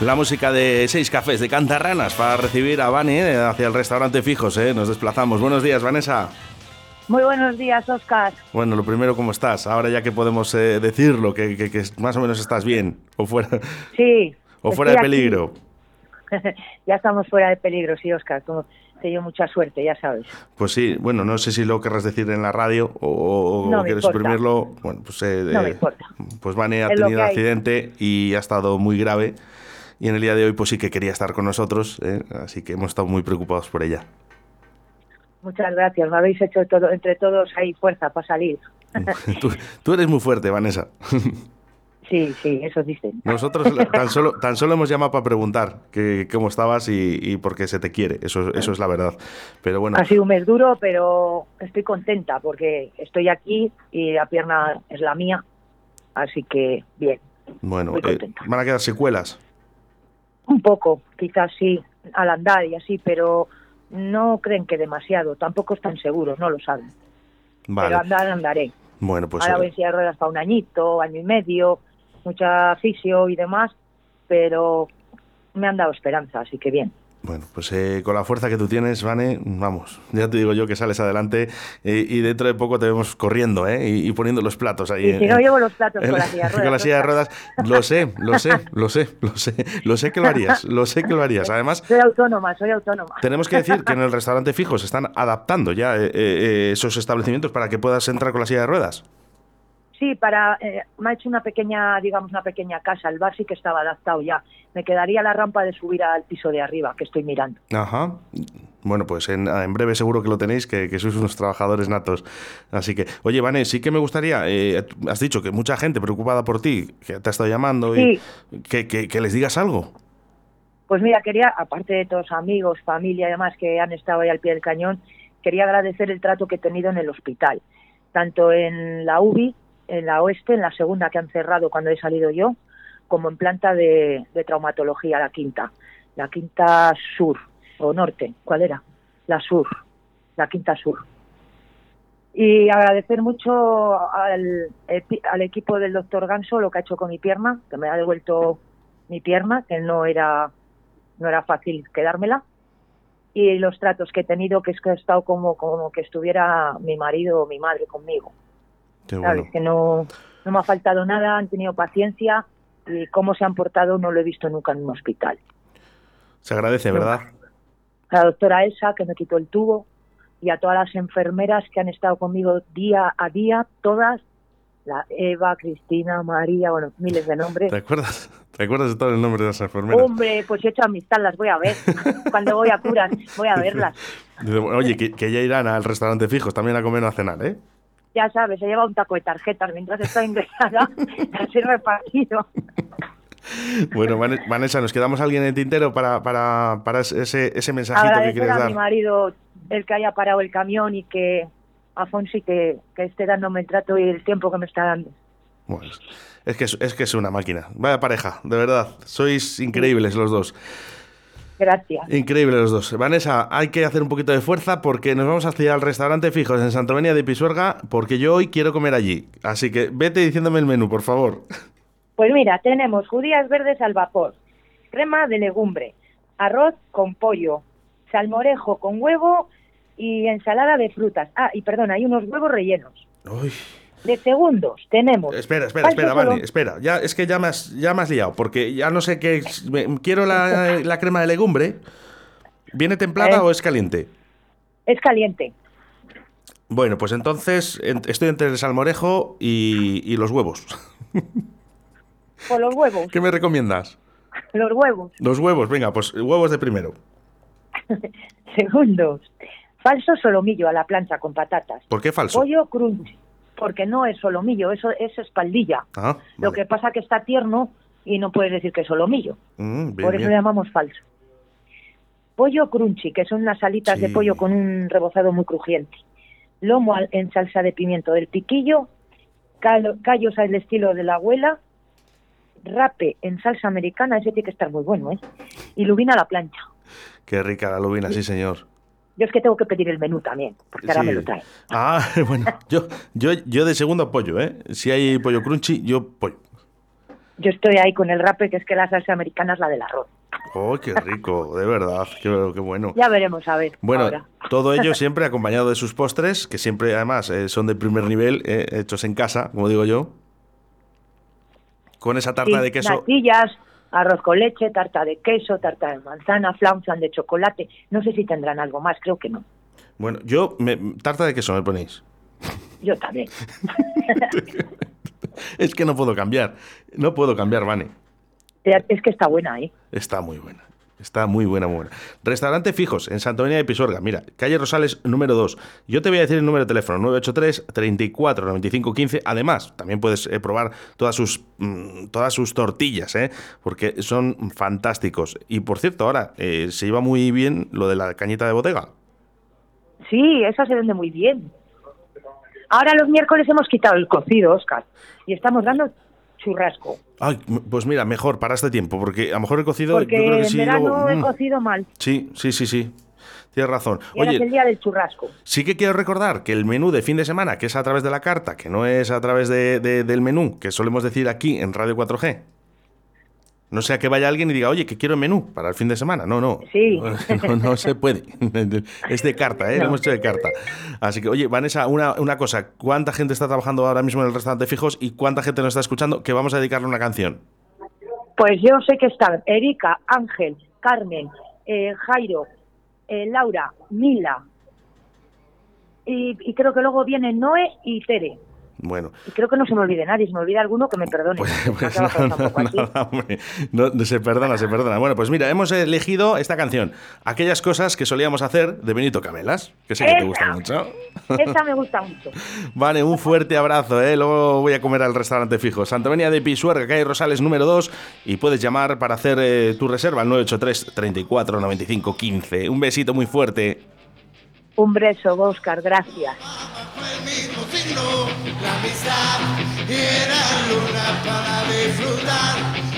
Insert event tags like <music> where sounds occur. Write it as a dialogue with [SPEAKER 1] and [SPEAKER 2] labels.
[SPEAKER 1] la música de Seis Cafés de Cantarranas para recibir a Vani eh, hacia el restaurante Fijos. Eh. Nos desplazamos. Buenos días, Vanessa.
[SPEAKER 2] Muy buenos días, Oscar.
[SPEAKER 1] Bueno, lo primero, ¿cómo estás? Ahora ya que podemos eh, decirlo, que, que, que, más o menos estás bien o fuera,
[SPEAKER 2] sí,
[SPEAKER 1] o fuera de peligro.
[SPEAKER 2] ya estamos fuera de peligro, sí, Oscar. Como te dio mucha suerte, ya sabes.
[SPEAKER 1] Pues sí, bueno, no sé si lo querrás decir en la radio o, o
[SPEAKER 2] No me
[SPEAKER 1] quieres
[SPEAKER 2] importa.
[SPEAKER 1] exprimirlo. Bueno, pues, eh,
[SPEAKER 2] No me
[SPEAKER 1] eh,
[SPEAKER 2] importa.
[SPEAKER 1] pues Vane ha
[SPEAKER 2] Es lo
[SPEAKER 1] tenido
[SPEAKER 2] que hay.
[SPEAKER 1] accidente y ha estado muy grave. Y en el día de hoy, pues sí que quería estar con nosotros, eh, así que hemos estado muy preocupados por ella. <laughs>
[SPEAKER 2] Muchas gracias. Me habéis hecho todo, entre todos hay fuerza para salir.
[SPEAKER 1] tú, tú eres muy fuerte, Vanessa.
[SPEAKER 2] Sí, sí, eso dicen.
[SPEAKER 1] Nosotros la- tan solo, tan solo hemos llamado para preguntar que, cómo estabas y, y por qué se te quiere. Eso, eso es la verdad. Pero bueno,
[SPEAKER 2] Ha sido un mes duro, pero estoy contenta porque estoy aquí y la pierna es la mía. Así que bien,
[SPEAKER 1] bueno
[SPEAKER 2] muy
[SPEAKER 1] eh,
[SPEAKER 2] contenta.
[SPEAKER 1] van a quedar secuelas.
[SPEAKER 2] un poco, quizás sí, al andar y así, pero no creen que demasiado. Tampoco están seguros, no lo saben.
[SPEAKER 1] Vale.
[SPEAKER 2] Pero andar andaré.
[SPEAKER 1] Bueno, pues
[SPEAKER 2] Ahora
[SPEAKER 1] eh,
[SPEAKER 2] voy en silla de ruedas para un añito, año y medio, mucha fisio y demás, pero me han dado esperanza, así que bien.
[SPEAKER 1] Bueno, pues eh, con la fuerza que tú tienes, Vane, vamos, ya te digo yo que sales adelante eh, y dentro de poco te vemos corriendo ¿eh? y, y poniendo los platos ahí.
[SPEAKER 2] Y si
[SPEAKER 1] en-
[SPEAKER 2] no
[SPEAKER 1] en-
[SPEAKER 2] llevo los
[SPEAKER 1] <laughs>
[SPEAKER 2] platos
[SPEAKER 1] en-
[SPEAKER 2] con la silla de ruedas.
[SPEAKER 1] Eh, con la silla de
[SPEAKER 2] Oscar.
[SPEAKER 1] ruedas. Lo sé, lo sé, lo sé, lo sé, lo sé que lo harías, lo sé que lo
[SPEAKER 2] <laughs>
[SPEAKER 1] harías. Además,
[SPEAKER 2] Soy autónoma, soy autónoma.
[SPEAKER 1] tenemos que decir que en el restaurante fijo se están adaptando ya eh, eh, esos establecimientos para que puedas entrar con la silla de ruedas.
[SPEAKER 2] Sí, para eh, me ha hecho una pequeña, digamos, una pequeña casa. El bar sí que estaba adaptado ya. Me quedaría la rampa de subir al piso de arriba, que estoy mirando.
[SPEAKER 1] Ajá. Bueno, pues en, en breve seguro que lo tenéis, que, que sois unos trabajadores natos. Así que, oye, Vane, sí que me gustaría, eh, has dicho que mucha gente preocupada por ti, que te ha estado llamando, y que, que- que les digas algo.
[SPEAKER 2] Pues mira, quería, aparte de todos amigos, familia y demás que han estado ahí al pie del cañón, quería agradecer el trato que he tenido en el hospital, tanto en la UBI, en la Oeste, en la segunda que han cerrado cuando he salido yo, como en planta de, de traumatología, la quinta, la quinta sur o norte, ¿cuál era? La sur, la quinta sur. Y agradecer mucho al, epi- al equipo del doctor Ganso lo que ha hecho con mi pierna, que me ha devuelto mi pierna, que no era, no era fácil quedármela, y los tratos que he tenido, que es que he estado como, como que estuviera mi marido o mi madre conmigo.
[SPEAKER 1] Qué
[SPEAKER 2] ¿sabes?
[SPEAKER 1] bueno.
[SPEAKER 2] Que no, no me ha faltado nada, han tenido paciencia y cómo se han portado no lo he visto nunca en un hospital.
[SPEAKER 1] Se agradece, ¿verdad?
[SPEAKER 2] A la doctora Elsa, que me quitó el tubo, y a todas las enfermeras que han estado conmigo día a día, todas, la Eva, Cristina, María, bueno, miles de nombres.
[SPEAKER 1] ¿Te acuerdas? ¿Te acuerdas de todo el nombre de las enfermeras?
[SPEAKER 2] Hombre, pues yo he hecho amistad, las voy
[SPEAKER 1] <laughs>
[SPEAKER 2] a ver. Cuando voy a curas, voy a verlas.
[SPEAKER 1] Dice, bueno, Oye, que, que ya irán al restaurante fijo, también a comer o a cenar, ¿eh?
[SPEAKER 2] Ya sabes, se lleva un taco de tarjetas mientras está ingresada,
[SPEAKER 1] <laughs>
[SPEAKER 2] <laughs> las he repartido.
[SPEAKER 1] Bueno, Vane- Vanessa, nos quedamos alguien en el tintero para, para, para ese, ese mensajito que
[SPEAKER 2] Agradecer
[SPEAKER 1] quieres
[SPEAKER 2] a mi
[SPEAKER 1] dar.
[SPEAKER 2] marido el que haya parado el camión y que a Fonsi que, que esté dándome el trato y el tiempo que me está dando.
[SPEAKER 1] Bueno, es que es, es que es una máquina. Vaya pareja, de verdad. Sois increíbles los dos.
[SPEAKER 2] Gracias.
[SPEAKER 1] Increíbles los dos. Vanessa, hay que hacer un poquito de fuerza porque nos vamos hacia el restaurante fijos en Santovenia de Pisuerga porque yo hoy quiero comer allí. Así que vete diciéndome el menú, por favor.
[SPEAKER 2] Pues mira, tenemos judías verdes al vapor, crema de legumbre, arroz con pollo, salmorejo con huevo y ensalada de frutas. Ah, y perdón, hay unos huevos rellenos.
[SPEAKER 1] Uy.
[SPEAKER 2] De segundos tenemos.
[SPEAKER 1] Espera, espera, espera,
[SPEAKER 2] Falso
[SPEAKER 1] Vani,
[SPEAKER 2] colom-
[SPEAKER 1] espera. Ya, es que ya me, has, ya me has liado porque ya no sé qué... es- me- quiero la, la crema de legumbre. ¿Viene templada
[SPEAKER 2] ¿Eh?
[SPEAKER 1] o es caliente?
[SPEAKER 2] Es caliente.
[SPEAKER 1] Bueno, pues entonces en- estoy entre el salmorejo y- y los huevos.
[SPEAKER 2] Con los huevos,
[SPEAKER 1] <laughs> ¿Qué me recomiendas?
[SPEAKER 2] los huevos.
[SPEAKER 1] Los huevos, venga, pues huevos de primero.
[SPEAKER 2] <laughs> Segundos. Falso solomillo a la plancha con patatas.
[SPEAKER 1] ¿Por qué falso?
[SPEAKER 2] Pollo crunchy, porque no es solomillo, eso es espaldilla.
[SPEAKER 1] Ah,
[SPEAKER 2] Lo
[SPEAKER 1] vale.
[SPEAKER 2] que pasa que está tierno y no puedes decir que es solomillo.
[SPEAKER 1] Mm, bien,
[SPEAKER 2] Por eso
[SPEAKER 1] bien.
[SPEAKER 2] le llamamos falso. Pollo crunchy, que son unas alitas de
[SPEAKER 1] Sí.
[SPEAKER 2] pollo con un rebozado muy crujiente. Lomo al- en salsa de pimiento del piquillo. calo- callos al estilo de la abuela. Rape en salsa americana, ese tiene que estar muy bueno, ¿eh? Y lubina a la plancha.
[SPEAKER 1] Qué rica la lubina, sí, señor.
[SPEAKER 2] Yo es que tengo que pedir el menú también, porque ahora
[SPEAKER 1] Sí.
[SPEAKER 2] me lo trae.
[SPEAKER 1] Ah, <laughs> bueno, yo, yo, yo de segundo pollo, ¿eh? Si hay pollo crunchy, yo pollo.
[SPEAKER 2] yo estoy ahí con el rape, que es que la salsa americana es la del arroz.
[SPEAKER 1] ¡Oh, qué rico! de verdad, qué, qué, bueno.
[SPEAKER 2] Ya veremos, a ver.
[SPEAKER 1] Bueno,
[SPEAKER 2] ahora.
[SPEAKER 1] todo
[SPEAKER 2] <laughs>
[SPEAKER 1] ello siempre acompañado de sus postres, que siempre además eh, son de primer nivel, eh, hechos en casa, como digo yo. Con esa tarta
[SPEAKER 2] Sí,
[SPEAKER 1] de queso.
[SPEAKER 2] natillas, arroz con leche, tarta de queso, tarta de manzana, flan, flan de chocolate. No sé si tendrán algo más, creo que no.
[SPEAKER 1] Bueno, yo. me- tarta de queso me ponéis.
[SPEAKER 2] Yo también.
[SPEAKER 1] Es que no puedo cambiar. No puedo cambiar, Vane.
[SPEAKER 2] Eh, Es que está buena, ¿eh?
[SPEAKER 1] Está muy buena. Está muy buena, muy buena. Restaurante Fijos, en Santa María de Pisorga. Mira, calle Rosales, número 2. Yo te voy a decir el número de teléfono, 983 34 95 15. Además, también puedes eh, probar todas sus, mm, todas sus tortillas, ¿eh? porque son fantásticos. Y por cierto, ahora eh, se iba muy bien lo de la cañita de bodega.
[SPEAKER 2] Sí, esa se vende muy bien. Ahora los miércoles hemos quitado el cocido, Oscar, y estamos dando churrasco.
[SPEAKER 1] Ay, m- pues mira, mejor para este tiempo, porque a lo mejor el cocido
[SPEAKER 2] Porque
[SPEAKER 1] yo creo que
[SPEAKER 2] en
[SPEAKER 1] sí.
[SPEAKER 2] verano
[SPEAKER 1] luego,
[SPEAKER 2] he
[SPEAKER 1] mm,
[SPEAKER 2] cocido mal.
[SPEAKER 1] sí, sí, sí, sí. Tienes razón.
[SPEAKER 2] Y ahora es el día del churrasco.
[SPEAKER 1] Sí que quiero recordar que el menú de fin de semana, que es a través de la carta, que no es a través de- de- del menú, que solemos decir aquí en Radio 4G. No sea que vaya alguien y diga, oye, que quiero menú para el fin de semana. No, no.
[SPEAKER 2] Sí.
[SPEAKER 1] <laughs> No, no se puede. <laughs> Es de carta, ¿eh? Lo
[SPEAKER 2] No.
[SPEAKER 1] hemos hecho de carta. Así que, oye, Vanessa, una, una cosa. ¿Cuánta gente está trabajando ahora mismo en el restaurante Fijos y cuánta gente nos está escuchando que vamos a dedicarle una canción?
[SPEAKER 2] Pues yo sé que están Erika, Ángel, Carmen, eh, Jairo, eh, Laura, Mila. Y, y creo que luego vienen Noé y Tere.
[SPEAKER 1] Bueno,
[SPEAKER 2] Y creo que no se me olvide nadie, si me olvida alguno que me perdone.
[SPEAKER 1] Pues,
[SPEAKER 2] No
[SPEAKER 1] pues
[SPEAKER 2] acaba
[SPEAKER 1] no,
[SPEAKER 2] con tampoco
[SPEAKER 1] no,
[SPEAKER 2] así.
[SPEAKER 1] nada, hombre. No, no, se perdona, se perdona. Bueno, pues mira, hemos elegido esta canción. Aquellas cosas que solíamos hacer de Benito Camelas, que sé que te
[SPEAKER 2] ¡Esa!
[SPEAKER 1] gusta mucho.
[SPEAKER 2] Esta me gusta mucho.
[SPEAKER 1] Vale, un fuerte abrazo, ¿eh? Luego voy a comer al restaurante fijo. Santa María de Pisuerga, calle Rosales número 2. Y puedes llamar para hacer eh, tu reserva al 983 34 95 15. Un besito muy fuerte.
[SPEAKER 2] Un beso, Oscar, gracias.
[SPEAKER 3] Bajo el mismo signo, la amistad era luna para disfrutar